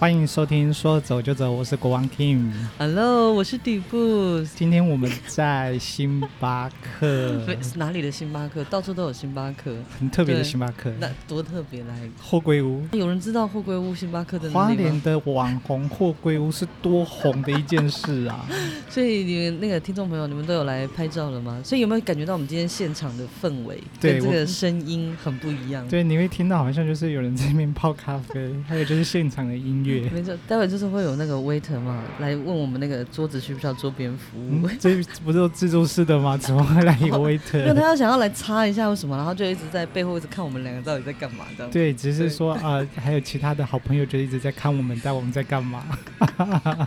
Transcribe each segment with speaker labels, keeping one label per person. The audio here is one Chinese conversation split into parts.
Speaker 1: 欢迎收听《说走就走》，我是国王 Kim。
Speaker 2: Hello，我是底部。
Speaker 1: 今天我们在星巴 克，
Speaker 2: 没哪里的星巴克，到处都有星巴克，
Speaker 1: 很特别的星巴克，
Speaker 2: 那多特别来。
Speaker 1: 货柜屋。
Speaker 2: 有人知道货柜屋星巴克的
Speaker 1: 花
Speaker 2: 哪里
Speaker 1: 莲
Speaker 2: 吗？
Speaker 1: 的网红货柜屋是多红的一件事啊！
Speaker 2: 所以你们那个听众朋友，你们都有来拍照了吗？所以有没有感觉到我们今天现场的氛围
Speaker 1: 对
Speaker 2: 跟这
Speaker 1: 我
Speaker 2: 个声音很不一样？
Speaker 1: 对，你会听到好像就是有人在那边泡咖 啡，还有就是现场的音乐。
Speaker 2: 没错，待会就是会有那个 waiter 嘛，来问我们那个桌子需不需要桌边服务。
Speaker 1: 嗯，这不是自助式 的吗？怎么会来一个
Speaker 2: 因为
Speaker 1: waiter？
Speaker 2: 他要想要来擦一下或什么，然后就一直在背后一直看我们两个到底在干嘛这样。
Speaker 1: 对，只是说啊、呃还有其他的好朋友就一直在看我们，但我们在干嘛？
Speaker 2: 啊，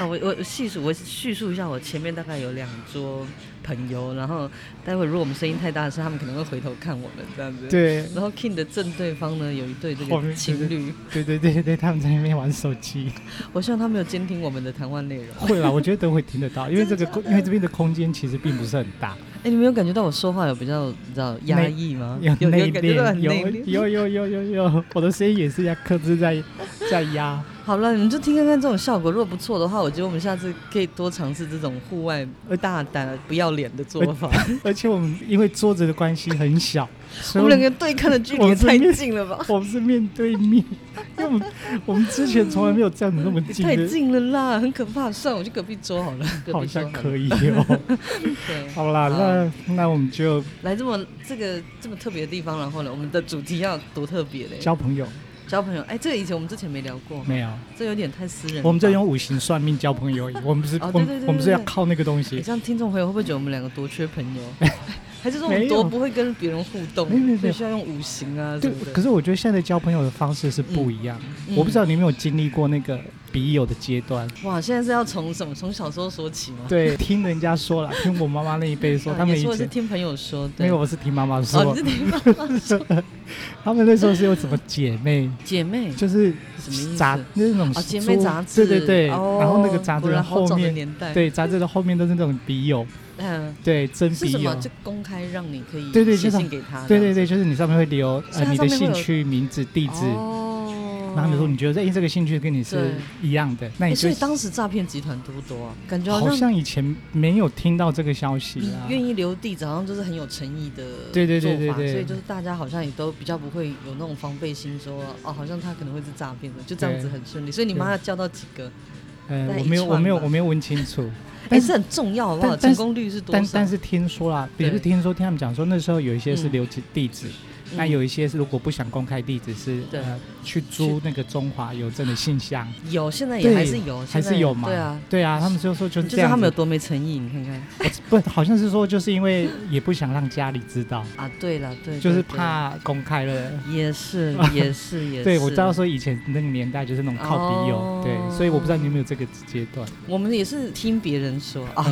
Speaker 2: 我我细数，我叙述一下，我前面大概有两桌朋友，然后待会如果我们声音太大声，他们可能会回头看我们这样子。。
Speaker 1: 对，
Speaker 2: 然后 King 的正对方呢，有一对这
Speaker 1: 后面就是
Speaker 2: 个情侣，
Speaker 1: 对对对对，他们在那边玩手机。
Speaker 2: 我希望他没有监听我们的谈话内容。
Speaker 1: 会啦，我觉得都会听得到，因为这个空，因为这边的空间其实并不是很大，
Speaker 2: 哎，你没有感觉到我说话有比较你知道压
Speaker 1: 内
Speaker 2: 抑吗？有
Speaker 1: 内
Speaker 2: 感觉到
Speaker 1: 敛，
Speaker 2: 很内敛。
Speaker 1: 有有有有有有，我的声音也是要克制在在压，
Speaker 2: 好了，你们就听看看这种效果，如果不错的话，我觉得我们下次可以多尝试这种户外大胆不要脸的做法。
Speaker 1: 而且我们因为桌子的关系很小，所
Speaker 2: 我
Speaker 1: 以
Speaker 2: 们两个对看的距离
Speaker 1: 我
Speaker 2: 也
Speaker 1: 们这
Speaker 2: 太
Speaker 1: 边
Speaker 2: 近了吧？
Speaker 1: 我们是面对面，因为我们我们之前从来没有这样子那么近
Speaker 2: 太
Speaker 1: 的，
Speaker 2: 近了啦， 很可怕。算了，我去隔壁 桌好了。隔壁
Speaker 1: 好像
Speaker 2: 桌好
Speaker 1: 可
Speaker 2: 了
Speaker 1: 以哦。
Speaker 2: 对，
Speaker 1: 好啦，那那我们就
Speaker 2: 来这么这个这么特别的地方，然后呢，我们的主题要多特别嘞，
Speaker 1: 交朋友
Speaker 2: 交朋友。哎，这个以前我们之前没聊过，
Speaker 1: 没有，
Speaker 2: 这有点太私人了吧。
Speaker 1: 我们就用五行算命交朋友而已，我们不是
Speaker 2: 哦
Speaker 1: 我
Speaker 2: 对对
Speaker 1: 们
Speaker 2: 对
Speaker 1: 我们是要
Speaker 2: 对对
Speaker 1: 靠那个东
Speaker 2: 你
Speaker 1: 西。
Speaker 2: 哎这样，听众朋友会不会觉得我们两个多缺朋 友？还是说我们
Speaker 1: 没有
Speaker 2: 多不会跟别人互动
Speaker 1: 没有没有，没有
Speaker 2: 所以需要用五行啊什
Speaker 1: 对
Speaker 2: 么，
Speaker 1: 可
Speaker 2: 的？
Speaker 1: 是我觉得现在交朋友的方式是不一样。
Speaker 2: 嗯
Speaker 1: 我不知道你有没有经历过那个笔友的阶段。
Speaker 2: 哇，现在是要从什么？从小时候说起吗？
Speaker 1: 对，听人家说了， 听我妈妈那一辈说，
Speaker 2: 啊
Speaker 1: 他们
Speaker 2: 也
Speaker 1: 以
Speaker 2: 说是
Speaker 1: 前
Speaker 2: 听朋友说，
Speaker 1: 没
Speaker 2: 对，
Speaker 1: 有，我是听妈妈
Speaker 2: 哦，你
Speaker 1: 说
Speaker 2: 是，听 吗
Speaker 1: 他们那时候是有什么姐妹，
Speaker 2: 姐妹
Speaker 1: 就是
Speaker 2: 什么意思
Speaker 1: 杂那种
Speaker 2: 哦，姐妹
Speaker 1: 书
Speaker 2: 杂志，
Speaker 1: 对对对，
Speaker 2: 哦
Speaker 1: 然后那个杂
Speaker 2: 果
Speaker 1: 志
Speaker 2: 然
Speaker 1: 的
Speaker 2: 好
Speaker 1: 后
Speaker 2: 早的
Speaker 1: 面，
Speaker 2: 年代，，
Speaker 1: 对杂志的后面都是那种笔友，
Speaker 2: 嗯，
Speaker 1: 对真
Speaker 2: 是
Speaker 1: 笔
Speaker 2: 什么
Speaker 1: 友？，
Speaker 2: 就公开让你可以
Speaker 1: 对对
Speaker 2: 写
Speaker 1: 就是
Speaker 2: 信给他，
Speaker 1: 对对对，就是你上面会留
Speaker 2: 所
Speaker 1: 呃
Speaker 2: 以它
Speaker 1: 你的
Speaker 2: 上面会
Speaker 1: 兴
Speaker 2: 有
Speaker 1: 趣、名字、地
Speaker 2: 这样
Speaker 1: 址
Speaker 2: 子，哦，
Speaker 1: 然后比如说你觉得哎这个兴趣跟你是一样的，那
Speaker 2: 哎
Speaker 1: 你
Speaker 2: 所
Speaker 1: 就
Speaker 2: 以当时诈骗集团多不多啊？感觉
Speaker 1: 好
Speaker 2: 像
Speaker 1: 像以前没有听到这个消息
Speaker 2: 你
Speaker 1: 啊。
Speaker 2: 嗯愿意留地址，好像就是很有诚意的
Speaker 1: 对对对
Speaker 2: 做法
Speaker 1: 对对
Speaker 2: 所以就是大家好像也都比较不会有那种防备心说，哦，好像他可能会是诈骗的，就这样子
Speaker 1: 对
Speaker 2: 很顺利。所以你妈要叫到几个，
Speaker 1: 呃
Speaker 2: 在，
Speaker 1: 我
Speaker 2: 一
Speaker 1: 没有，我
Speaker 2: 串
Speaker 1: 没有，
Speaker 2: 吧
Speaker 1: 我没有问清 楚。
Speaker 2: 哎，
Speaker 1: 但
Speaker 2: 这很重要好不好？
Speaker 1: 但但
Speaker 2: 成
Speaker 1: 是
Speaker 2: 功率是多
Speaker 1: 但
Speaker 2: 少？
Speaker 1: 但是听说啦，也是
Speaker 2: 对
Speaker 1: 听说听他们讲说，那时候有一些是
Speaker 2: 嗯
Speaker 1: 留起地址，
Speaker 2: 嗯
Speaker 1: 那有一些是如果不想公开地址是
Speaker 2: 对
Speaker 1: 呃去租那个中华邮政的信箱，
Speaker 2: 有，现在也
Speaker 1: 对
Speaker 2: 还是有，
Speaker 1: 还
Speaker 2: 现
Speaker 1: 是
Speaker 2: 在
Speaker 1: 有嘛？
Speaker 2: 对啊。
Speaker 1: 对啊，他们就说就
Speaker 2: 你
Speaker 1: 是这
Speaker 2: 就是他
Speaker 1: 样
Speaker 2: 们有
Speaker 1: 子，
Speaker 2: 多没诚意，你看看
Speaker 1: 不好像是说就是因为也不想让家里知道，
Speaker 2: 啊！对了，对，对
Speaker 1: 就是
Speaker 2: 对
Speaker 1: 怕公开了。
Speaker 2: 也是也是也是。
Speaker 1: 对，我知道说以前那个年代就是那种靠笔友，
Speaker 2: 哦
Speaker 1: 对，所以我不知道你有没有这个阶段。
Speaker 2: 我们也是听别人 说啊，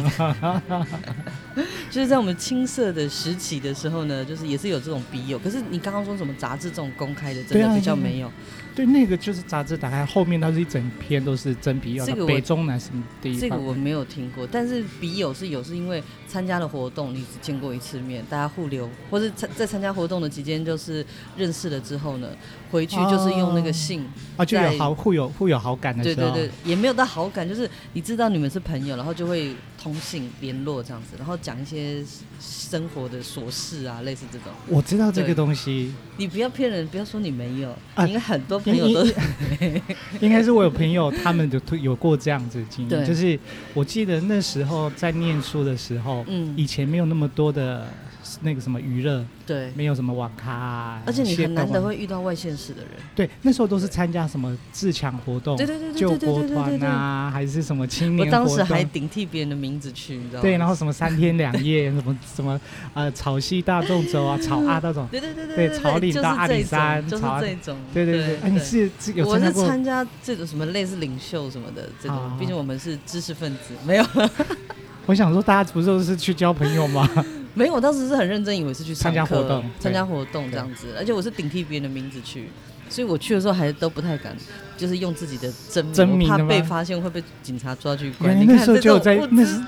Speaker 2: 就是在我们青涩的时期的时候呢，就是也是有这种笔友。可是你刚刚说什么杂志这种公开的，真
Speaker 1: 对啊
Speaker 2: 的比较没有。
Speaker 1: 对，那个就是杂志打开后面，它是一整篇都是真笔友，
Speaker 2: 这个
Speaker 1: 那
Speaker 2: 我
Speaker 1: 北中南什么地方？
Speaker 2: 这个我没有听过，但是笔友是有，是因为参加了活动，你只见过一次面，大家互留，或是参在参加活动的期间，就是认识了之后呢，回去就是用那个信，
Speaker 1: 啊，就有
Speaker 2: 在
Speaker 1: 好互有互有好感的时
Speaker 2: 对
Speaker 1: 候，
Speaker 2: 对对，也没有到好感，就是你知道你们是朋友，然后就会通信联络这样子，然后讲一些生活的琐事啊，类似这种。
Speaker 1: 我知道这个
Speaker 2: 对
Speaker 1: 东西，
Speaker 2: 你不要骗人，不要说你没有，
Speaker 1: 啊
Speaker 2: 你很多朋友都
Speaker 1: 你应该是我有朋友他们有有过这样子的经历，
Speaker 2: 对
Speaker 1: 就是我记得那时候在念书的时候，
Speaker 2: 嗯，
Speaker 1: 以前没有那么多的那个什么娱乐，
Speaker 2: 对，
Speaker 1: 没有什么网咖、啊，
Speaker 2: 而且你很难
Speaker 1: 蟹
Speaker 2: 得
Speaker 1: 斗啊
Speaker 2: 会遇到外县市的人，
Speaker 1: 对，那时候都是参加什么自强活动、
Speaker 2: 对对对对
Speaker 1: 救
Speaker 2: 对对
Speaker 1: 国
Speaker 2: 对对对
Speaker 1: 团
Speaker 2: 对。
Speaker 1: 啊，还是什么青
Speaker 2: 我
Speaker 1: 年
Speaker 2: 当
Speaker 1: 活
Speaker 2: 时还
Speaker 1: 动啊
Speaker 2: 顶替别人的名字去，你知道吗？
Speaker 1: 对，然后什么三天两夜，什么什么呃草系大众走啊，草阿大众，
Speaker 2: 对对对对
Speaker 1: 对
Speaker 2: 对，
Speaker 1: 草岭
Speaker 2: 就是
Speaker 1: 到阿里山
Speaker 2: 这种
Speaker 1: 草
Speaker 2: 就是这种，
Speaker 1: 对对对，哎，你是是有
Speaker 2: 我
Speaker 1: 参加
Speaker 2: 是
Speaker 1: 过？
Speaker 2: 参加这种什么类似领袖什么的这
Speaker 1: 啊
Speaker 2: 种，毕竟我们是知识分子，没有
Speaker 1: 我想说，大家不是都是去交朋友 吗？
Speaker 2: 没有，我当时是很认真，以为是去上
Speaker 1: 参加
Speaker 2: 课
Speaker 1: 活动对
Speaker 2: 参加活动这样子，而且我是顶替别人的名字去，所以我去的时候还都不太敢。就是用自己的真名，
Speaker 1: 真名
Speaker 2: 我
Speaker 1: 的
Speaker 2: 怕
Speaker 1: 吗
Speaker 2: 被发现会被警察抓去关。
Speaker 1: 原来
Speaker 2: 你
Speaker 1: 那
Speaker 2: 看
Speaker 1: 时候
Speaker 2: 这
Speaker 1: 就有
Speaker 2: 种
Speaker 1: 在
Speaker 2: 物
Speaker 1: 那
Speaker 2: 资
Speaker 1: 时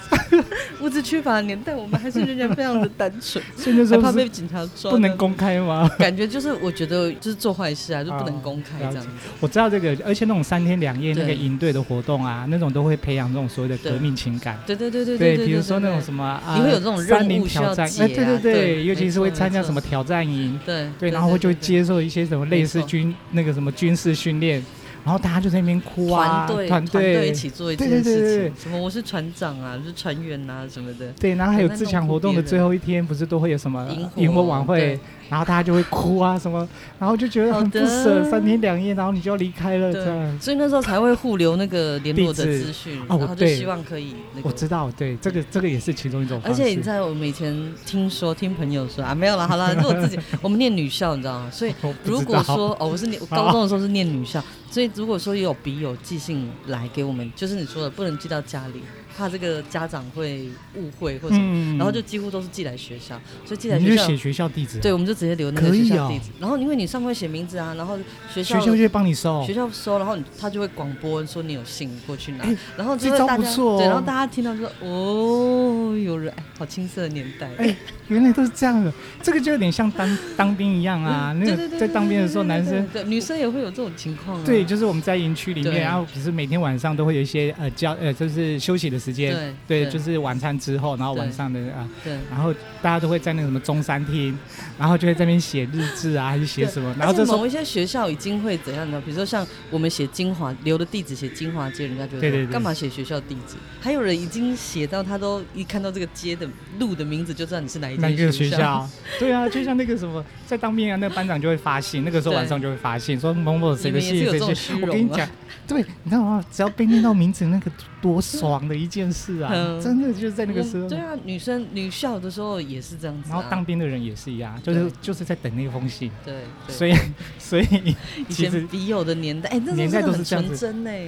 Speaker 2: 物资缺乏的年代，我们还是仍然非常的单纯，
Speaker 1: 所以 那时
Speaker 2: 还
Speaker 1: 候
Speaker 2: 怕
Speaker 1: 是
Speaker 2: 被警察抓。
Speaker 1: 不能，公开吗？
Speaker 2: 感觉就是我觉得就是做坏事 啊，就不能
Speaker 1: 啊
Speaker 2: 公开
Speaker 1: 了
Speaker 2: 这样
Speaker 1: 解。我知道这个，而且那种三天两夜那个
Speaker 2: 对
Speaker 1: 营队的活动啊，那种都会培养这种所谓的
Speaker 2: 对
Speaker 1: 革命情感。
Speaker 2: 对对对对对，
Speaker 1: 比如说那种
Speaker 2: 对
Speaker 1: 什么，啊
Speaker 2: 你会有这种任
Speaker 1: 山林
Speaker 2: 务需
Speaker 1: 挑
Speaker 2: 要
Speaker 1: 战，
Speaker 2: 解
Speaker 1: 哎，对
Speaker 2: 啊
Speaker 1: 对
Speaker 2: 对
Speaker 1: 尤其
Speaker 2: 没
Speaker 1: 是会
Speaker 2: 错
Speaker 1: 参加
Speaker 2: 没错
Speaker 1: 什么挑战营，
Speaker 2: 对
Speaker 1: 对，然后就
Speaker 2: 对
Speaker 1: 会接受一些什么类似
Speaker 2: 没错
Speaker 1: 军那个什么军事训练，然后大家就在那边哭啊，
Speaker 2: 团队
Speaker 1: 团
Speaker 2: 队
Speaker 1: 队
Speaker 2: 一起做一
Speaker 1: 对
Speaker 2: 件
Speaker 1: 对
Speaker 2: 事情，
Speaker 1: 对对对
Speaker 2: 什么我是船长啊，我是船员啊什么的，
Speaker 1: 对，然后还有
Speaker 2: 在
Speaker 1: 自
Speaker 2: 弄
Speaker 1: 强
Speaker 2: 哭
Speaker 1: 活动
Speaker 2: 别
Speaker 1: 的
Speaker 2: 人
Speaker 1: 最后一天，不是都会有什么
Speaker 2: 萤
Speaker 1: 呃萤火
Speaker 2: 火
Speaker 1: 晚会
Speaker 2: 对，
Speaker 1: 然后大家就会哭啊什么，然后就觉得
Speaker 2: 好
Speaker 1: 很不
Speaker 2: 的
Speaker 1: 舍，三天两夜，然后你就要离开了
Speaker 2: 对
Speaker 1: 这样。
Speaker 2: 所以那时候才会互留那个联络的
Speaker 1: 地址
Speaker 2: 资讯，
Speaker 1: 哦
Speaker 2: 然后就
Speaker 1: 对
Speaker 2: 希望可以那
Speaker 1: 我
Speaker 2: 个。
Speaker 1: 知道，对，这个这个也是其中一种
Speaker 2: 而
Speaker 1: 方式。
Speaker 2: 且你知道，我们以前听说，听朋友说啊，没有了，好了，是我自己，我们念女校，你知道吗？所以
Speaker 1: 我不知道
Speaker 2: 如果说哦，我是 念我高中的时候是念女校，所以如果说有笔友寄信来给我们，就是你说的不能寄到家里，怕这个家长会误会或什么，
Speaker 1: 嗯
Speaker 2: 然后就几乎都是寄来学校，所以寄来
Speaker 1: 你就
Speaker 2: 学校
Speaker 1: 写学校地址啊，
Speaker 2: 对，我们就直接留那个
Speaker 1: 可以
Speaker 2: 学校
Speaker 1: 哦
Speaker 2: 地址。然后因为你上面会写名字啊，然后学校
Speaker 1: 学校就会帮你收
Speaker 2: 学。校收，然后你他就会广播说你有信过去拿
Speaker 1: 哎，
Speaker 2: 然后就
Speaker 1: 这
Speaker 2: 会
Speaker 1: 招
Speaker 2: 大
Speaker 1: 不
Speaker 2: 家
Speaker 1: 错
Speaker 2: 对，
Speaker 1: 哦
Speaker 2: 然后大家听到就说哦，有人哎，好青涩的年代。
Speaker 1: 哎原来都是这样的，这个就有点像当当兵一样 啊。那
Speaker 2: 嗯对
Speaker 1: 个
Speaker 2: 对对
Speaker 1: 在当兵的时候，
Speaker 2: 对对
Speaker 1: 男生
Speaker 2: 对对女生也会有这种情况啊。
Speaker 1: 对，就是我们在营区里面，
Speaker 2: 对
Speaker 1: 然后只是每天晚上都会有一些呃教呃，就是休息的时间。
Speaker 2: 对
Speaker 1: 对，就是晚餐之后，然后晚上的啊，
Speaker 2: 对。
Speaker 1: 然后大家都会在那个什么中山厅，然后就会在那边写日志啊，还是写什么，然后
Speaker 2: 而且
Speaker 1: 这时候
Speaker 2: 某一些学校已经会怎样呢？比如说像我们写金华留的地址，写金华街，人家就会
Speaker 1: 对对
Speaker 2: 说
Speaker 1: 对
Speaker 2: 干嘛写学校地址？还有人已经写到他都一看到这个街的路的名字就知道你是哪一
Speaker 1: 那
Speaker 2: 间
Speaker 1: 个学 校，对啊，就像那个什么在当兵啊，那个班长就会发信，那个时候晚上就会发信说某某谁的
Speaker 2: 你
Speaker 1: 信
Speaker 2: 们也是有
Speaker 1: 谁
Speaker 2: 这种
Speaker 1: 的
Speaker 2: 虚
Speaker 1: 信，
Speaker 2: 荣
Speaker 1: 我
Speaker 2: 啊
Speaker 1: 跟你讲，对，你知道吗？只要被念到名字，那个多爽的一件事啊，
Speaker 2: 嗯
Speaker 1: 真的就是在那个
Speaker 2: 我
Speaker 1: 时候。
Speaker 2: 对啊，女生女校的时候也是这样子、啊。
Speaker 1: 然后当兵的人也是一样，啊就是就是在等那封信，
Speaker 2: 对，对
Speaker 1: 所以 所 以
Speaker 2: 以
Speaker 1: 其实
Speaker 2: 前笔友的年代，哎、那时
Speaker 1: 年
Speaker 2: 候
Speaker 1: 代
Speaker 2: 真
Speaker 1: 都
Speaker 2: 的
Speaker 1: 是
Speaker 2: 很
Speaker 1: 这样
Speaker 2: 纯
Speaker 1: 子
Speaker 2: 真哎、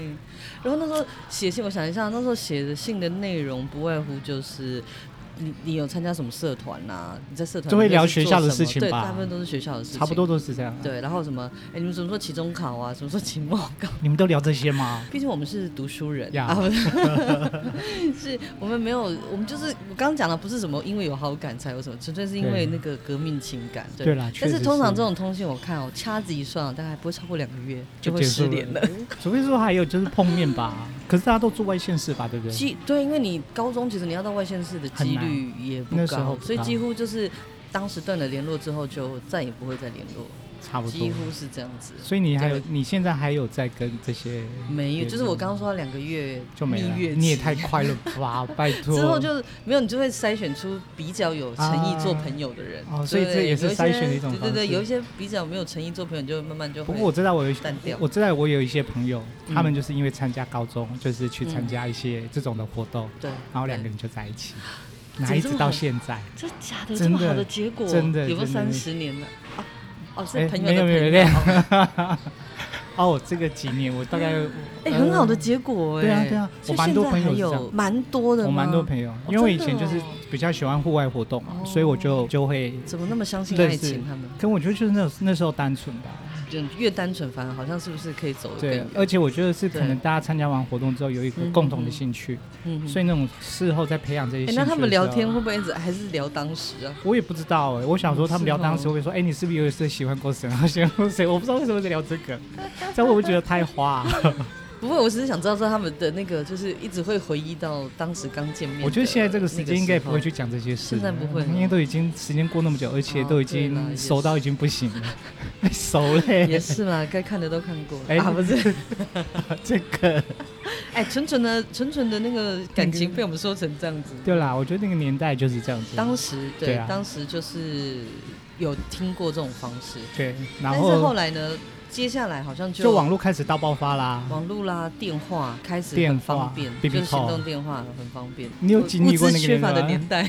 Speaker 2: 然后那时候写信，我想一下，那时候写的信的内容不外乎就是。你你有参加什么社团呐、你在社团
Speaker 1: 就会
Speaker 2: 里面
Speaker 1: 聊
Speaker 2: 是
Speaker 1: 学
Speaker 2: 做
Speaker 1: 校的
Speaker 2: 什么
Speaker 1: 事情
Speaker 2: 对，
Speaker 1: 吧
Speaker 2: 大部分都是学校的事情，
Speaker 1: 差不多。都是这样。，啊
Speaker 2: 对，然后什么？哎，你们什么时候期中考啊？什么时候期末考？
Speaker 1: 你们都聊这些吗？
Speaker 2: 毕竟我们是读书人
Speaker 1: 呀
Speaker 2: 啊，不是 是我们没有，我们就是我刚刚讲的，不是什么因为有好感才有什么，纯粹是因
Speaker 1: 对
Speaker 2: 为那个革命情感。对
Speaker 1: 对啦，确
Speaker 2: 但
Speaker 1: 实
Speaker 2: 是通常这种通信，我看哦，掐指一算哦，大概不会超过两个月就会
Speaker 1: 结束
Speaker 2: 失联了。
Speaker 1: 除非说还有就是碰面 吧，可是大家都住外县市吧，对不对？
Speaker 2: 几对，因为你高中其实你要到外县市的几率也不
Speaker 1: 很难那时候
Speaker 2: 高，
Speaker 1: 不高
Speaker 2: 所以几乎就是当时断了联络之后，就再也不会再联络，
Speaker 1: 差不多
Speaker 2: 几。乎是这样子。
Speaker 1: 所以你还有
Speaker 2: 对
Speaker 1: 你现在还有在跟这些
Speaker 2: 没有，
Speaker 1: 对
Speaker 2: 就是我刚刚说到两个月
Speaker 1: 就没了，
Speaker 2: 蜜月期
Speaker 1: 你也太快了 吧，拜托。
Speaker 2: 之后就没有，你就会筛选出比较有诚意做朋友的人。
Speaker 1: 啊哦所以这也是
Speaker 2: 对
Speaker 1: 筛选的一种
Speaker 2: 有些对对
Speaker 1: 方
Speaker 2: 对，
Speaker 1: 式
Speaker 2: 有一些比较没有诚意做朋友，你就慢慢就
Speaker 1: 不
Speaker 2: 会
Speaker 1: 过我知道我有一些
Speaker 2: 淡掉
Speaker 1: 我知道我有一些朋友，
Speaker 2: 嗯
Speaker 1: 他们就是因为参加高中，就是去参加一些这种的活动，
Speaker 2: 对，
Speaker 1: 然后两个
Speaker 2: 对
Speaker 1: 人就在一起，
Speaker 2: 么
Speaker 1: 哪一直到现在？
Speaker 2: 真假的有
Speaker 1: 真
Speaker 2: 这么好
Speaker 1: 的
Speaker 2: 的结果，
Speaker 1: 真的
Speaker 2: 有没有
Speaker 1: 真的
Speaker 2: 三十年了？啊哦，是
Speaker 1: 哎
Speaker 2: 朋友
Speaker 1: 没
Speaker 2: 的
Speaker 1: 有
Speaker 2: 朋
Speaker 1: 没有
Speaker 2: 友
Speaker 1: 没有
Speaker 2: 哦，
Speaker 1: 哦，这个几年我大概
Speaker 2: 哎，很好的
Speaker 1: 呃
Speaker 2: 结果哎。
Speaker 1: 对啊对啊
Speaker 2: 所以
Speaker 1: 我蛮多
Speaker 2: 现在还
Speaker 1: 朋友是这样
Speaker 2: 有蛮多的吗，
Speaker 1: 我蛮多朋友，因为我以前就
Speaker 2: 真
Speaker 1: 是
Speaker 2: 的哦
Speaker 1: 比较喜欢户外活动嘛，
Speaker 2: 哦
Speaker 1: 所以我就就会，
Speaker 2: 怎么那么相信
Speaker 1: 认
Speaker 2: 爱
Speaker 1: 识
Speaker 2: 情？他们
Speaker 1: 可我觉得就是那那时候单纯吧，
Speaker 2: 就越单纯，反而好像是不是可以走得更
Speaker 1: 对
Speaker 2: 远，？
Speaker 1: 而且我觉得是可能
Speaker 2: 哦对
Speaker 1: 大家参加完活动之后有一个
Speaker 2: 嗯
Speaker 1: 共同的
Speaker 2: 嗯
Speaker 1: 兴趣，
Speaker 2: 嗯
Speaker 1: 所
Speaker 2: 以
Speaker 1: 以那种事后再培养这些兴趣
Speaker 2: 那
Speaker 1: 的
Speaker 2: 他们聊天
Speaker 1: 时
Speaker 2: 会
Speaker 1: 候
Speaker 2: 不会一直还是聊当时啊？
Speaker 1: 我也不知道哎、我想说他
Speaker 2: 哦
Speaker 1: 们聊当时会说，哎、你是不是有一次喜欢过谁，然后喜欢过 谁？我不知道为什么在聊这个，这样会不会觉得太 花、
Speaker 2: 不会，我只是想知道说他们的那个，就是一直会回忆到当时刚见面的那个时候。
Speaker 1: 我觉得现在这个时间应该也不会去讲这些事，
Speaker 2: 现在不会
Speaker 1: 因为都已经时间过那么久，而且
Speaker 2: 哦
Speaker 1: 都已
Speaker 2: 对啦也
Speaker 1: 经
Speaker 2: 是
Speaker 1: 熟到已经不行了， 熟嘞、
Speaker 2: 也是嘛，该看的都看过了。
Speaker 1: 哎
Speaker 2: 啊，不是，
Speaker 1: 这个。
Speaker 2: 哎，纯纯的纯纯的那个感情被我们说成这样子。
Speaker 1: 对啦，我觉得那个年代就是这样子。
Speaker 2: 当时
Speaker 1: 对
Speaker 2: 对
Speaker 1: 啊，
Speaker 2: 当时就是有听过这种方式，
Speaker 1: 对，然
Speaker 2: 但是后
Speaker 1: 后
Speaker 2: 来呢，接下来好像就
Speaker 1: 就网络开始大爆发啦。
Speaker 2: 网络啦、电话开始
Speaker 1: 电
Speaker 2: 很
Speaker 1: 话
Speaker 2: 方便，
Speaker 1: BB
Speaker 2: 就是行
Speaker 1: call
Speaker 2: 动电话很方便。
Speaker 1: 你有经历过那个
Speaker 2: 物资缺乏的
Speaker 1: 年
Speaker 2: 年代？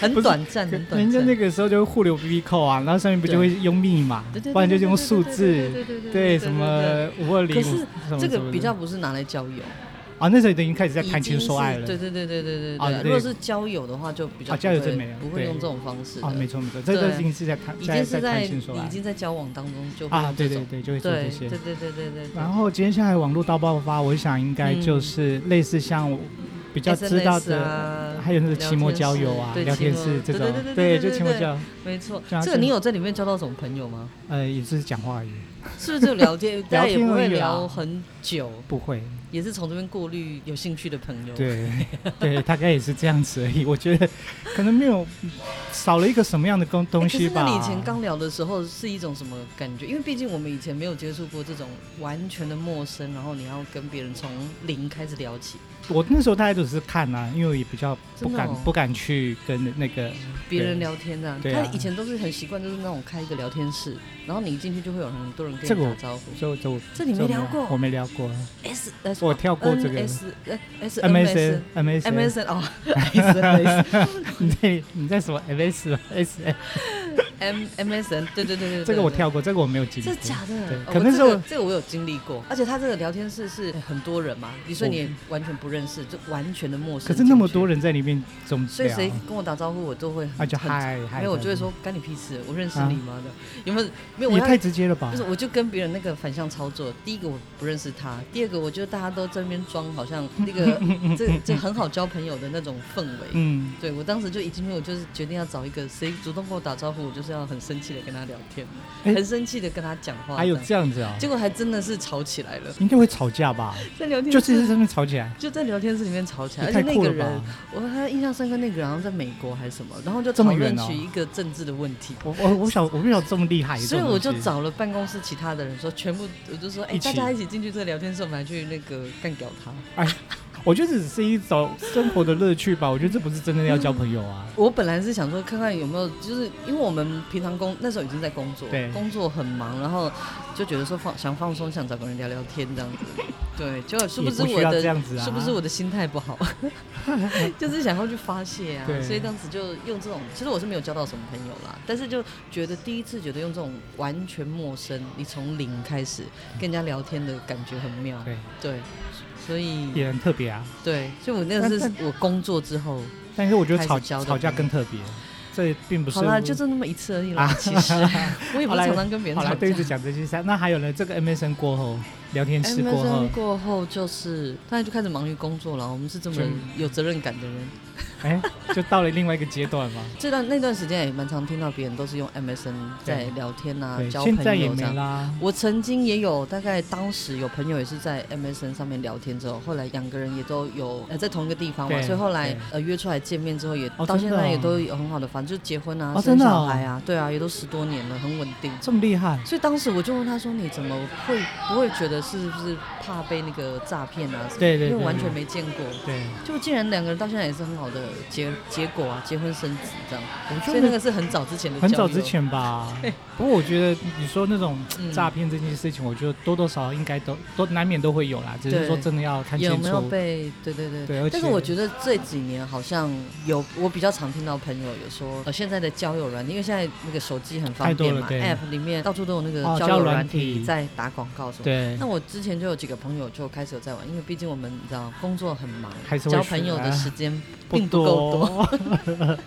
Speaker 2: 很
Speaker 1: 不是
Speaker 2: 短暂，很短
Speaker 1: 人家
Speaker 2: 暂。
Speaker 1: 那个时候就会互留 BB 扣啊，然后上面不就会用密码
Speaker 2: 对对，对
Speaker 1: 不然就是用数
Speaker 2: 对对对对
Speaker 1: 字，
Speaker 2: 对对对对
Speaker 1: 对
Speaker 2: 对
Speaker 1: 什么五二零
Speaker 2: 可是，
Speaker 1: 什么
Speaker 2: 这
Speaker 1: 什么
Speaker 2: 个
Speaker 1: 的
Speaker 2: 比较不是拿来交友，
Speaker 1: 啊，那时候已经开始在
Speaker 2: 已
Speaker 1: 谈情
Speaker 2: 经
Speaker 1: 说
Speaker 2: 是
Speaker 1: 爱了。
Speaker 2: 对对对对对对
Speaker 1: 啊对
Speaker 2: 对。如果是交友的话，就比较
Speaker 1: 啊
Speaker 2: 不
Speaker 1: 交友就
Speaker 2: 会
Speaker 1: 没有
Speaker 2: 不
Speaker 1: 对
Speaker 2: 会用这种方式
Speaker 1: 啊，没
Speaker 2: 的，
Speaker 1: 错没错，这都
Speaker 2: 对
Speaker 1: 已经是在谈，
Speaker 2: 已经是
Speaker 1: 谈
Speaker 2: 在
Speaker 1: 情说
Speaker 2: 已
Speaker 1: 爱
Speaker 2: 经在交往当中就会
Speaker 1: 啊，
Speaker 2: 用
Speaker 1: 对
Speaker 2: 这
Speaker 1: 对
Speaker 2: 种
Speaker 1: 对，就会做这
Speaker 2: 对
Speaker 1: 些
Speaker 2: 对。对对对对。
Speaker 1: 然后接下来网络大爆发，我想应
Speaker 2: 嗯
Speaker 1: 该就是类似像我比较知道
Speaker 2: SNS
Speaker 1: 的，
Speaker 2: 啊
Speaker 1: 还有那个期末交友啊、
Speaker 2: 聊
Speaker 1: 聊天
Speaker 2: 天室
Speaker 1: 室这
Speaker 2: 对
Speaker 1: 种
Speaker 2: 对对，对对
Speaker 1: 就
Speaker 2: 对
Speaker 1: 期末
Speaker 2: 对
Speaker 1: 交友，
Speaker 2: 没错，
Speaker 1: 对啊
Speaker 2: 这个你有在里面交到什么朋友吗？
Speaker 1: 呃，也是讲话而已，
Speaker 2: 是不是就 聊天，大家也不
Speaker 1: 而
Speaker 2: 会
Speaker 1: 已啦
Speaker 2: 聊很久，
Speaker 1: 不会。
Speaker 2: 也是从这边过滤有兴趣的朋友。哎
Speaker 1: 对对，大概也是这样子而已。我觉得可能没有少了一个什么样的东
Speaker 2: 哎，
Speaker 1: 东西吧。
Speaker 2: 可是那你以前刚聊的时候是一种什么感觉？因为毕竟我们以前没有接触过这种完全的陌生，然后你要跟别人从零开始聊起，
Speaker 1: 我那时候大概都是看啊，因为我也比较不
Speaker 2: 真的
Speaker 1: 敢、
Speaker 2: 哦
Speaker 1: 不敢去跟那个
Speaker 2: 别人聊天啊。
Speaker 1: 对啊
Speaker 2: 他以前都是很习惯，就是那种开一个聊天室，然后你一进去就会有很多人
Speaker 1: 这
Speaker 2: 跟
Speaker 1: 个
Speaker 2: 你
Speaker 1: 我
Speaker 2: 打招呼。
Speaker 1: 就就
Speaker 2: 这你没
Speaker 1: 就
Speaker 2: 聊过
Speaker 1: 我没聊过。
Speaker 2: S S
Speaker 1: 我跳过这个
Speaker 2: S S
Speaker 1: MSN
Speaker 2: S
Speaker 1: MSN
Speaker 2: M S N 哦，S S
Speaker 1: 你 在你在什么 MS S
Speaker 2: M M S N 对对对对对，
Speaker 1: 这个我
Speaker 2: 对
Speaker 1: 跳过，这个我没有经历
Speaker 2: 这
Speaker 1: 过。
Speaker 2: 假的
Speaker 1: 对？
Speaker 2: 哦
Speaker 1: 可
Speaker 2: 我
Speaker 1: 能
Speaker 2: 这
Speaker 1: 是我
Speaker 2: 个这个我有经历过，而且他这个聊天室是很多人嘛，你说你也完全不认识，就完全的陌生。
Speaker 1: 可是那么多，人在里面怎么
Speaker 2: 所以
Speaker 1: 聊？
Speaker 2: 谁跟我打招呼，我都会
Speaker 1: 啊，
Speaker 2: 很
Speaker 1: 就
Speaker 2: 很
Speaker 1: 嗨嗨。
Speaker 2: 没有，我就会说干你屁事，我认识
Speaker 1: 啊
Speaker 2: 你吗的？有没有没有？我
Speaker 1: 也
Speaker 2: 要
Speaker 1: 太直接了吧
Speaker 2: 不？是，我就跟别人那个反向操作。第一个我不认识他，第二个我觉得大家都在那边装，好像那 个这这很好交朋友的那种氛围。
Speaker 1: 嗯，
Speaker 2: 对我当时就已经没有，就是决定要找一个谁主动跟我打招呼，我就是要很生气的跟他聊天，
Speaker 1: 哎
Speaker 2: 很生气的跟他讲话。
Speaker 1: 还有
Speaker 2: 这样
Speaker 1: 这样子啊、
Speaker 2: 结果还真的是吵起来了，
Speaker 1: 应该会吵架 吧？
Speaker 2: 在聊天
Speaker 1: 就
Speaker 2: 室
Speaker 1: 是在上面吵起来，
Speaker 2: 就在聊天室里面吵起来，
Speaker 1: 也
Speaker 2: 而
Speaker 1: 太
Speaker 2: 且那
Speaker 1: 酷
Speaker 2: 个
Speaker 1: 了
Speaker 2: 人
Speaker 1: 吧，？
Speaker 2: 我还印象深刻，那个人好像在美国还是什么，然后就
Speaker 1: 这
Speaker 2: 讨
Speaker 1: 么远
Speaker 2: 论
Speaker 1: 哦
Speaker 2: 起一个政治的问题。
Speaker 1: 我我我想我没有这么厉害，
Speaker 2: 所以我
Speaker 1: 这种
Speaker 2: 就
Speaker 1: 东西
Speaker 2: 找了办公室其他的人说，全部我就说，哎、
Speaker 1: 一起
Speaker 2: 大家一起进去这个聊天室，我们还去那个干掉他。
Speaker 1: 我觉得只是一种生活的乐趣吧，我觉得这不是真的
Speaker 2: 嗯
Speaker 1: 要交朋友啊。
Speaker 2: 我本来是想说看看有没有，就是因为我们平常工那时候已经在工作
Speaker 1: 对，
Speaker 2: 工作很忙，然后就觉得说放想放松，想找个人聊聊天这样 子。对，结果殊
Speaker 1: 也
Speaker 2: 不知
Speaker 1: 不需
Speaker 2: 我
Speaker 1: 要
Speaker 2: 的
Speaker 1: 这样子啊
Speaker 2: 是不是我的心态 不好，就是想要去发泄啊
Speaker 1: 对，
Speaker 2: 所以当时就用这种。其实我是没有交到什么朋友啦，但是就觉得第一次觉得用这种完全陌生，你从零开始跟人家聊天的感觉很妙。
Speaker 1: 对，
Speaker 2: 对，所以
Speaker 1: 也很特别啊。
Speaker 2: 对，所以我那个是
Speaker 1: 但
Speaker 2: 我工作之后，
Speaker 1: 但是我觉得吵
Speaker 2: 开始交的
Speaker 1: 吵架更特别，这并不是
Speaker 2: 好
Speaker 1: 我。
Speaker 2: 啦，就这那么一次而已啦。
Speaker 1: 啊
Speaker 2: 其 实我也不
Speaker 1: 好啦
Speaker 2: 是常常跟别人
Speaker 1: 好
Speaker 2: 吵
Speaker 1: 了，
Speaker 2: 架
Speaker 1: 对，。就讲这些三。那还有呢，这个 MSN 过后，聊天室过后
Speaker 2: MSN，过后就是，大家就开始忙于工作了。我们是这么
Speaker 1: 就
Speaker 2: 有责任感的人。
Speaker 1: 哎，就到了另外一个阶段嘛。
Speaker 2: 这段那段时间也蛮常听到别人都是用 MSN 在
Speaker 1: 对
Speaker 2: 聊天 啊
Speaker 1: 对，，
Speaker 2: 交
Speaker 1: 现在
Speaker 2: 朋
Speaker 1: 也
Speaker 2: 友这
Speaker 1: 没
Speaker 2: 样。
Speaker 1: 啦。
Speaker 2: 我曾经也有，大概当时有朋友也是在 MSN 上面聊天之后，后来两个人也都有呃在同一个地方嘛，
Speaker 1: 对
Speaker 2: 所以后来
Speaker 1: 对
Speaker 2: 呃约出来见面之后也，
Speaker 1: 哦
Speaker 2: 到
Speaker 1: 真
Speaker 2: 现
Speaker 1: 的哦
Speaker 2: 在也都有很好的，反正就结婚啊、
Speaker 1: 哦真
Speaker 2: 生
Speaker 1: 的哦
Speaker 2: 小孩啊，对啊，也都十多年了，很稳定。
Speaker 1: 这么厉害，
Speaker 2: 所以当时我就问他说：“你怎么会不会觉得是不是怕被那个诈骗啊？什么
Speaker 1: 对对对
Speaker 2: 因为完全没见过，
Speaker 1: 对，
Speaker 2: 就竟然两个人到现在也是很好的结结果啊，结婚生子这样。
Speaker 1: 我
Speaker 2: 所以那个是很早之前的，
Speaker 1: 很早之，前吧。 不过我觉得你说那种
Speaker 2: 嗯
Speaker 1: 诈骗这件事情，我觉得多多少少应该都都难免都会有啦，只是
Speaker 2: 对
Speaker 1: 说真的要看清
Speaker 2: 有
Speaker 1: 楚。
Speaker 2: 没有被？对对对。
Speaker 1: 对而且
Speaker 2: 但是我觉得这几年好像有，我比较常听到朋友有说，呃，现在的交友软件，因为现在那个手机很方便嘛
Speaker 1: 太多了
Speaker 2: ，App 里面到处都有那个
Speaker 1: 哦
Speaker 2: 交
Speaker 1: 交友
Speaker 2: 友
Speaker 1: 软
Speaker 2: 软体
Speaker 1: 体
Speaker 2: 在打广告什么的。
Speaker 1: 对
Speaker 2: 那，我之前就有几个朋友就开始有在玩，因为毕竟我们你知道工作很忙，
Speaker 1: 还是会
Speaker 2: 交朋友的
Speaker 1: 学啊
Speaker 2: 时间
Speaker 1: 不
Speaker 2: 并不够多。
Speaker 1: 多。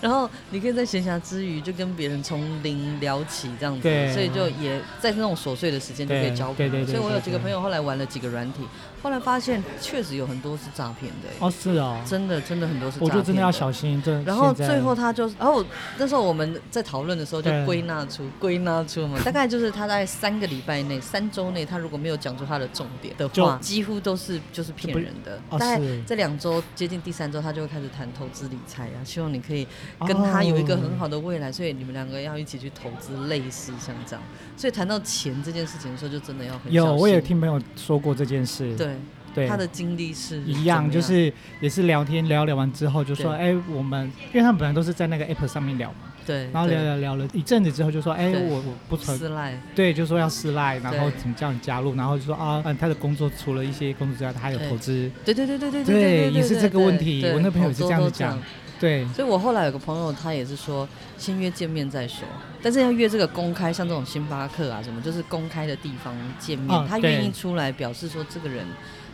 Speaker 2: 然后你可以在闲暇之余就跟别人从零聊起这样子
Speaker 1: 对，
Speaker 2: 所以就也在那种琐碎的时间就可以交朋
Speaker 1: 对
Speaker 2: 友。
Speaker 1: 对对对
Speaker 2: 所以我有几个
Speaker 1: 对对
Speaker 2: 朋友后来玩了几个软体，后来发现确实有很多是诈骗的、 欸
Speaker 1: 哦，是哦，
Speaker 2: 真的真的欸很多是诈
Speaker 1: 我
Speaker 2: 骗
Speaker 1: 觉得真的要小心。这
Speaker 2: 然后
Speaker 1: 现在
Speaker 2: 最后他就，然后那时候我们在讨论的时候就
Speaker 1: 对
Speaker 2: 归纳出归纳出嘛，大概就是他在三个礼拜内、三周内，他如果没有讲出他的重点的
Speaker 1: 就
Speaker 2: 话，几乎都是就是骗人的。
Speaker 1: 哦
Speaker 2: 大概
Speaker 1: 是
Speaker 2: 这两周接近第三周，他就会开始谈投资理财啊，希望你可以
Speaker 1: 哦
Speaker 2: 跟他有一个很好的未来，所以你们两个要一起去投资，类似像这样。所以谈到钱这件事情的时候，就真的要很小
Speaker 1: 哦有，
Speaker 2: 心
Speaker 1: 我也听朋友说过这件事。
Speaker 2: 对
Speaker 1: 对，
Speaker 2: 他的经历是
Speaker 1: 一
Speaker 2: 怎么
Speaker 1: 样，
Speaker 2: 样
Speaker 1: 就是也是聊天聊聊完之后就说，
Speaker 2: 对
Speaker 1: 哎、我们因为他们本来都是在那个 app 上面聊嘛，
Speaker 2: 对，
Speaker 1: 然后
Speaker 2: 对
Speaker 1: 聊聊聊了一阵子之后就说，哎、
Speaker 2: 对
Speaker 1: 我我不存，
Speaker 2: 私赖，
Speaker 1: 对，就说要私赖，然后
Speaker 2: 对
Speaker 1: 怎么叫你加入，然后就说啊，嗯，他的工作除了一些工作之外，他还有
Speaker 2: 对
Speaker 1: 投资，
Speaker 2: 对对对对对
Speaker 1: 对
Speaker 2: 对，
Speaker 1: 也是这个问题
Speaker 2: 对
Speaker 1: 我那朋友也是这样子
Speaker 2: 好多都
Speaker 1: 讲对，
Speaker 2: 所以我后来有个朋友，他也是说先约见面再说，但是要约这个公开，像这种星巴克啊什么，就是公开的地方见面，
Speaker 1: 啊
Speaker 2: 他
Speaker 1: 对
Speaker 2: 愿意出来表示说这个人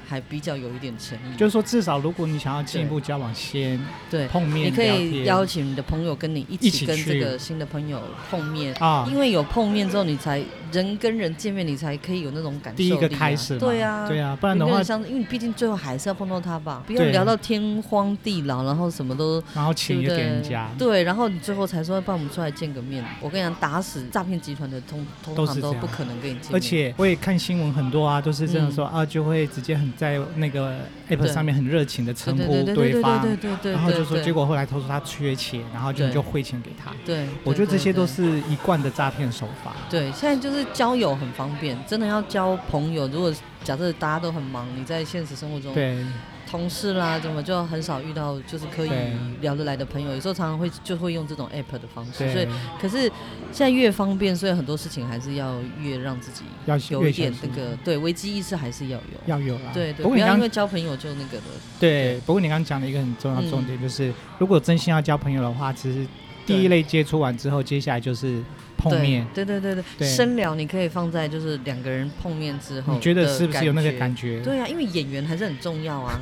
Speaker 2: 还比较有一点诚意。
Speaker 1: 就是说，至少如果你想要进一步交往，先
Speaker 2: 对，
Speaker 1: 碰面
Speaker 2: 你可
Speaker 1: 聊
Speaker 2: 以
Speaker 1: 天
Speaker 2: 邀请你的朋友跟你一
Speaker 1: 一
Speaker 2: 起
Speaker 1: 起
Speaker 2: 跟这
Speaker 1: 去
Speaker 2: 个新的朋友碰面，
Speaker 1: 啊，
Speaker 2: 因为有碰面之后，你才人跟人见面，你才可以有那种感受、
Speaker 1: 第一个开始嘛，
Speaker 2: 对啊，
Speaker 1: 对啊，不
Speaker 2: 不
Speaker 1: 然的话，
Speaker 2: 相，因为你毕竟最后还是要碰到他吧，不用
Speaker 1: 对
Speaker 2: 聊到天荒地老，然后什么都
Speaker 1: 然后钱也
Speaker 2: 对
Speaker 1: 给
Speaker 2: 不对
Speaker 1: 人家，
Speaker 2: 对，然后你最后才说，帮我们出来见个面。我跟你讲，打死诈骗集团的通通
Speaker 1: 都是
Speaker 2: 常
Speaker 1: 这
Speaker 2: 都
Speaker 1: 样
Speaker 2: 不可能跟你见面，
Speaker 1: 而且我也看新闻很多啊，都是这样说、啊，就会直接很在那个 app
Speaker 2: 嗯对
Speaker 1: 上面很热情的称呼
Speaker 2: 对对对对
Speaker 1: 方，
Speaker 2: 对对对对，
Speaker 1: 然后就说
Speaker 2: 对
Speaker 1: 结果后来他说他缺钱，然后就
Speaker 2: 对
Speaker 1: 你就汇钱给他。
Speaker 2: 对，
Speaker 1: 我觉得这些都
Speaker 2: 是。对对
Speaker 1: 是一贯的诈骗手法。
Speaker 2: 对，现在就是交友很方便，真的要交朋友。如果假设大家都很忙，你在现实生活中，
Speaker 1: 对
Speaker 2: 同事啦，怎么就很少遇到就是可以
Speaker 1: 对
Speaker 2: 聊得来的朋友。有时候常常会就会用这种 app 的方式，所以
Speaker 1: 对，
Speaker 2: 可是现在越方便，所以很多事情还是要越让自己
Speaker 1: 要
Speaker 2: 有
Speaker 1: 越
Speaker 2: 一点
Speaker 1: 小
Speaker 2: 那
Speaker 1: 心
Speaker 2: 个对危机意识还是要有。
Speaker 1: 要有啦。
Speaker 2: 对对，
Speaker 1: 不
Speaker 2: 不
Speaker 1: 过你
Speaker 2: 要因
Speaker 1: 刚
Speaker 2: 为交朋友就那个了。
Speaker 1: 对，不过你刚刚讲了一个很重要的重
Speaker 2: 嗯
Speaker 1: 点，就是如果真心要交朋友的话，其实第一类接触完之后，接下来就是碰面。
Speaker 2: 对对对对对，
Speaker 1: 对
Speaker 2: 深聊你可以放在就是两个人碰面之后，
Speaker 1: 你觉得是不是有那个
Speaker 2: 觉？
Speaker 1: 感觉？
Speaker 2: 对啊，因为演员还是很重要 啊。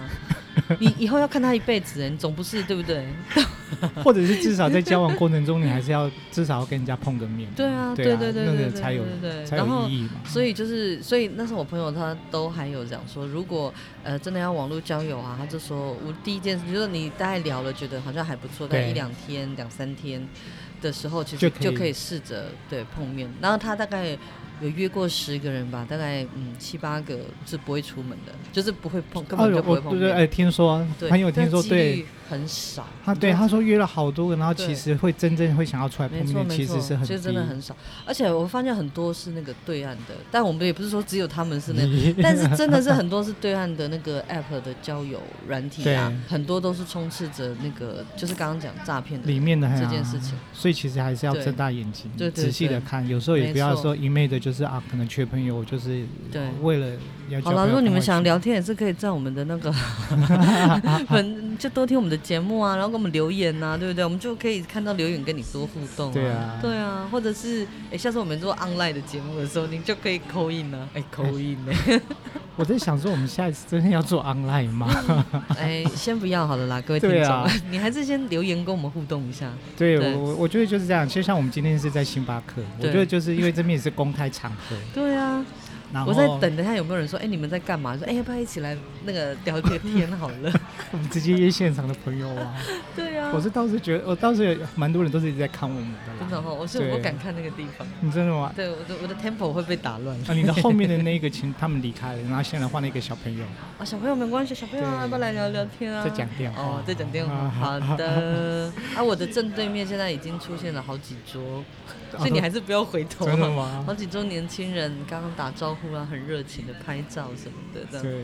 Speaker 2: 你以后要看他一辈子，你总不是对不对？
Speaker 1: 或者是至少在交 往过程中，你还是要至少要跟人家碰个面。
Speaker 2: 对啊，
Speaker 1: 对
Speaker 2: 对对对
Speaker 1: 那
Speaker 2: 对
Speaker 1: 个
Speaker 2: 对
Speaker 1: 才有
Speaker 2: 对对
Speaker 1: 才
Speaker 2: 然后
Speaker 1: 有意义嘛。
Speaker 2: 所以就是，所以那时候我朋友他都还有讲说，如果呃真的要网络交友啊，他就说我第一件事就是你大概聊了，觉得好像还不错，大概
Speaker 1: 对
Speaker 2: 一两天、两三天的时候，其
Speaker 1: 就
Speaker 2: 实
Speaker 1: 可以
Speaker 2: 就可以试着对碰面。然后他大概有约过十个人吧，大概嗯七八个是不会出门的，就是不会碰，根
Speaker 1: 哦
Speaker 2: 本就
Speaker 1: 有
Speaker 2: 不
Speaker 1: 我
Speaker 2: 会碰
Speaker 1: 对对，
Speaker 2: 面。
Speaker 1: 哎，听说
Speaker 2: 对，
Speaker 1: 朋友听说，
Speaker 2: 但几
Speaker 1: 对
Speaker 2: 率很少。
Speaker 1: 他对他说约了好多个，然后
Speaker 2: 对
Speaker 1: 其实会真正会想要出来
Speaker 2: 没
Speaker 1: 碰
Speaker 2: 错，
Speaker 1: 面，
Speaker 2: 没
Speaker 1: 其
Speaker 2: 错，
Speaker 1: 实是很
Speaker 2: 就
Speaker 1: 低。
Speaker 2: 真的很少。而且我发现很多是那个对岸的，但我们也不是说只有他们是那样， 但是真的是很多是对岸的那个 app 的交友软体啊，
Speaker 1: 对
Speaker 2: 很多都是充斥着那个就是刚刚讲诈骗的
Speaker 1: 里面的很
Speaker 2: 这件事情。
Speaker 1: 所以其实还是要
Speaker 2: 对
Speaker 1: 睁大眼睛
Speaker 2: 对，对
Speaker 1: 仔细的
Speaker 2: 对
Speaker 1: 看。有时候也
Speaker 2: 没
Speaker 1: 不要
Speaker 2: 错
Speaker 1: 说一昧的，就是啊，可能缺朋友，我就是
Speaker 2: 对
Speaker 1: 为了要交
Speaker 2: 好
Speaker 1: 朋友。
Speaker 2: 了，如果你
Speaker 1: 赶快
Speaker 2: 们想
Speaker 1: 去，
Speaker 2: 聊天，也是可以在我们的那 个粉，就多听我们的节目啊，然后给我们留言呐、啊，对不对？我们就可以看到留言，跟你多互动、
Speaker 1: 对啊
Speaker 2: 对啊，或者是哎，下次我们做 online 的节目的时候，你就可以扣印啊，哎，扣印呢。
Speaker 1: 我在想说，我们下一次真的要做 online 吗？
Speaker 2: 哎，先不要好了啦，各位听
Speaker 1: 对
Speaker 2: 众，
Speaker 1: 啊
Speaker 2: 你还是先留言跟我们互动一下。
Speaker 1: 对
Speaker 2: 对
Speaker 1: 我，我觉得就是这样。其实像我们今天是在星巴克，我
Speaker 2: 对
Speaker 1: 觉得就是因为这边也是公开场合，
Speaker 2: 对啊，
Speaker 1: 然后
Speaker 2: 我在等等一下有没有人说，哎，你们在干嘛？说，哎，要不要一起来那个聊 个天好了？
Speaker 1: 我们直接约现场的朋友啊。
Speaker 2: 对啊
Speaker 1: 我，是倒是觉得，我倒是有蛮多人都是一直在看我们的啦。
Speaker 2: 真的哦哈，我是我
Speaker 1: 对
Speaker 2: 不敢看那个地方，
Speaker 1: 你真的吗？
Speaker 2: 对，我的我的 tempo 会被打乱。
Speaker 1: 啊，你的后面的那一个亲，他们离开了，然后现在换了一个小朋友
Speaker 2: 啊，小朋友没关系，小朋友啊
Speaker 1: 对
Speaker 2: 要不要来聊聊天啊？
Speaker 1: 在讲电话。
Speaker 2: 哦，在讲电话。
Speaker 1: 啊
Speaker 2: 好的，啊，我的正对面现在已经出现了好几桌， 所以你还是不要回头
Speaker 1: 哦啊真的
Speaker 2: 啊。
Speaker 1: 吗
Speaker 2: 好？几桌年轻人刚刚打招呼啊，很热情的拍照什么的，这样。
Speaker 1: 对，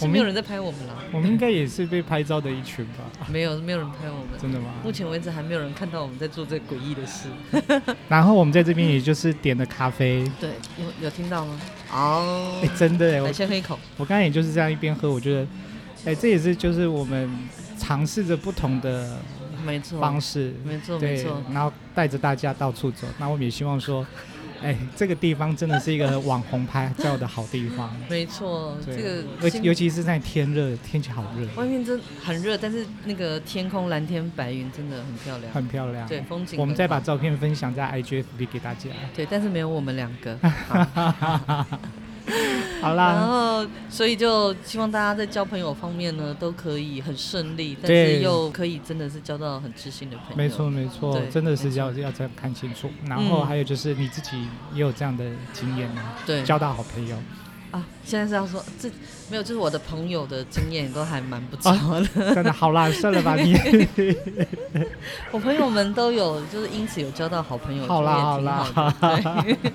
Speaker 1: 我
Speaker 2: 是没有
Speaker 1: 们
Speaker 2: 人在拍我们啦，
Speaker 1: 我们应该也是被拍照的一群吧？
Speaker 2: 没有没有人拍我们。
Speaker 1: 真的吗？
Speaker 2: 目前为止还没有人看到我们在做这诡异的事。
Speaker 1: 然后我们在这边也就是点了咖啡，
Speaker 2: 对，有有听到吗？哦
Speaker 1: 哎、，真的哎，我
Speaker 2: 来先喝一口。
Speaker 1: 我刚才也就是这样一边喝，我觉得，哎、这也是就是我们尝试着不同的
Speaker 2: 没错，
Speaker 1: 方式，
Speaker 2: 没错
Speaker 1: 对
Speaker 2: 没错，，
Speaker 1: 然后带着大家到处走。那我们也希望说，哎、这个地方真的是一个网红拍照的好地 方。
Speaker 2: 没错。
Speaker 1: 对，
Speaker 2: 这个
Speaker 1: 尤
Speaker 2: 新哎
Speaker 1: 尤其是在天热，天气好热，
Speaker 2: 外面真很热，但是那个天空蓝天白云真的很漂亮。
Speaker 1: 很漂亮。
Speaker 2: 对，风景很好。
Speaker 1: 我们再把照片分享在 IGFB 给大家。
Speaker 2: 对，但是没有我们两 个。
Speaker 1: 好
Speaker 2: 然
Speaker 1: 啦，
Speaker 2: 后，所以就希望大家在交朋友方面呢，都可以很顺利，但是
Speaker 1: 对
Speaker 2: 又可以真的是交到很知心的朋友。
Speaker 1: 没错没错
Speaker 2: 对，
Speaker 1: 真的是
Speaker 2: 没错
Speaker 1: 要要这样看清楚。然后
Speaker 2: 嗯
Speaker 1: 还有就是你自己也有这样的经验吗？
Speaker 2: 对，
Speaker 1: 交到好朋友
Speaker 2: 啊，现在是要说这没有，就是我的朋友的经验都还蛮不错的，
Speaker 1: 真的好啦，算了 吧你。
Speaker 2: 我朋友们都有，就是因此有交到好朋友，
Speaker 1: 好啦好
Speaker 2: 也挺
Speaker 1: 啦，
Speaker 2: 好的，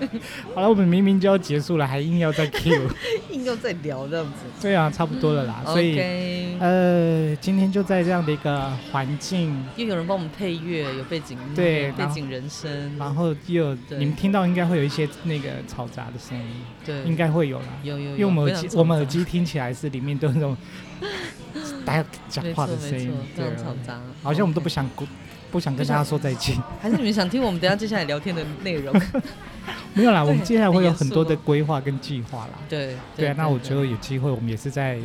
Speaker 1: 好了，我们明明就要结束了，还硬要再 Q。
Speaker 2: 对， 硬又在聊这样子。
Speaker 1: 对啊，差不多了啦， 所以。
Speaker 2: OK，
Speaker 1: 呃，今天就在这样的一个环境，
Speaker 2: 又有人帮我们配乐，有背景音乐
Speaker 1: 对
Speaker 2: 背
Speaker 1: 然后
Speaker 2: 景人声，
Speaker 1: 然后又有
Speaker 2: 对
Speaker 1: 你们听到应该会有一些那个嘈杂的声音，
Speaker 2: 对，
Speaker 1: 应该会有啦。
Speaker 2: 有有有，
Speaker 1: 因为我们
Speaker 2: 嗯非
Speaker 1: 耳
Speaker 2: 常
Speaker 1: 机
Speaker 2: 嘈，杂
Speaker 1: 我们耳机听起来是里面都有那 种大家讲
Speaker 2: 没
Speaker 1: 话
Speaker 2: 错
Speaker 1: 的声
Speaker 2: 没
Speaker 1: 音
Speaker 2: 错，，非
Speaker 1: 对
Speaker 2: 常
Speaker 1: 啊，
Speaker 2: 嘈杂，
Speaker 1: 好像我们都不
Speaker 2: OK。
Speaker 1: 想不不想跟大家说再见。
Speaker 2: 还是你们想听我们等一下接下来聊天的内容？
Speaker 1: 没有啦，我们
Speaker 2: 对
Speaker 1: 接下来会有
Speaker 2: 很严
Speaker 1: 很多
Speaker 2: 肃
Speaker 1: 的
Speaker 2: 哦
Speaker 1: 规划跟计划啦。
Speaker 2: 对
Speaker 1: 对啊，那我觉
Speaker 2: 对
Speaker 1: 得有机会，我们也是在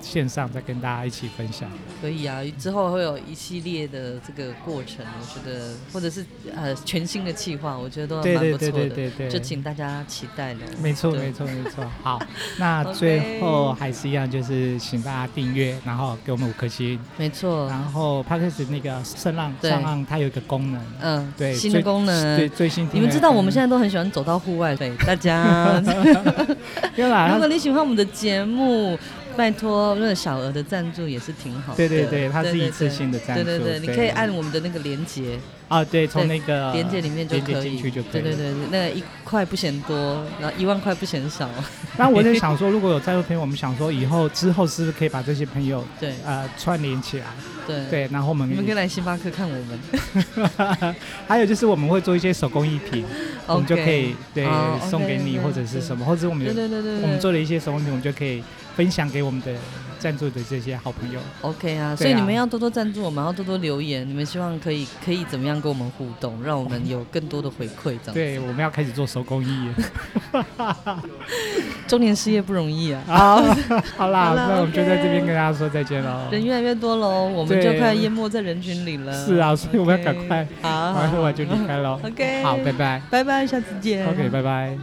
Speaker 1: 线上再跟大家一起分享。
Speaker 2: 可以啊，之后会有一系列的这个过程，我觉得或者是呃全新的计划，我觉得都
Speaker 1: 对
Speaker 2: 嗯蛮
Speaker 1: 对
Speaker 2: 不
Speaker 1: 对
Speaker 2: 错
Speaker 1: 对
Speaker 2: 的，
Speaker 1: 对对，
Speaker 2: 就请大家期待了。
Speaker 1: 没错，
Speaker 2: 对
Speaker 1: 没错，没错。好， 那最后还是一样，就是请大家订阅，然后给我们五颗星。
Speaker 2: 没错，
Speaker 1: 然后 p a c k a g e 那个声浪
Speaker 2: 嗯对
Speaker 1: 上浪，它有一个功能，
Speaker 2: 嗯，
Speaker 1: 对，
Speaker 2: 新的
Speaker 1: 最
Speaker 2: 功
Speaker 1: 对
Speaker 2: 能。
Speaker 1: 最新。嗯
Speaker 2: 你们知道我们现
Speaker 1: 在
Speaker 2: 在都很喜欢走到户外，对大 家。
Speaker 1: 没有啦，
Speaker 2: 如果
Speaker 1: 它
Speaker 2: 你喜欢我们的节目，拜托那个小额的赞助也是挺好的。
Speaker 1: 对对对，它是
Speaker 2: 对
Speaker 1: 一次性的赞助，
Speaker 2: 对对对，你可以按我们的那个连接，
Speaker 1: 啊，对，从那个
Speaker 2: 连接里面就
Speaker 1: 连接
Speaker 2: 可
Speaker 1: 进
Speaker 2: 以。
Speaker 1: 去就可以。
Speaker 2: 对对。对，那一块不嫌多，然后一万块不嫌少。
Speaker 1: 那我在想 说，如果有在座朋友，我们想说以后之后是不是可以把这些朋友
Speaker 2: 对
Speaker 1: 呃串联起来？
Speaker 2: 对，
Speaker 1: 对，然后我们
Speaker 2: 你们可以来星巴克看我们，
Speaker 1: 还有就是我们会做一些手工艺品，我们就可以
Speaker 2: OK
Speaker 1: 对
Speaker 2: 哦
Speaker 1: 送给你
Speaker 2: OK，OK，
Speaker 1: 或者是什么，或者我们
Speaker 2: 对
Speaker 1: 有
Speaker 2: 对对对，
Speaker 1: 我们做了一些手工艺品，我们就可以分享给我们的赞助的这些好朋友。
Speaker 2: OK 啊，所
Speaker 1: 对啊
Speaker 2: 以你们要多多赞助我们，要多多留言，你们希望可以可以怎么样跟我们互动，让我们有更多的回馈，这样。，
Speaker 1: 对，我们要开始做手工艺了。
Speaker 2: 中年失业不容易啊，
Speaker 1: 好，好啦，
Speaker 2: 好啦
Speaker 1: 那我们就在这边
Speaker 2: OK
Speaker 1: 跟大家说再见喽。
Speaker 2: 人越来越多喽，我们
Speaker 1: 对
Speaker 2: 就快淹没在人群里了。
Speaker 1: 是啊，所以我们要赶
Speaker 2: OK，
Speaker 1: 快，
Speaker 2: 好，
Speaker 1: 完
Speaker 2: 好
Speaker 1: 了我就离开喽。
Speaker 2: OK，
Speaker 1: 好，拜，拜。
Speaker 2: 拜拜，下次见。
Speaker 1: OK，拜拜。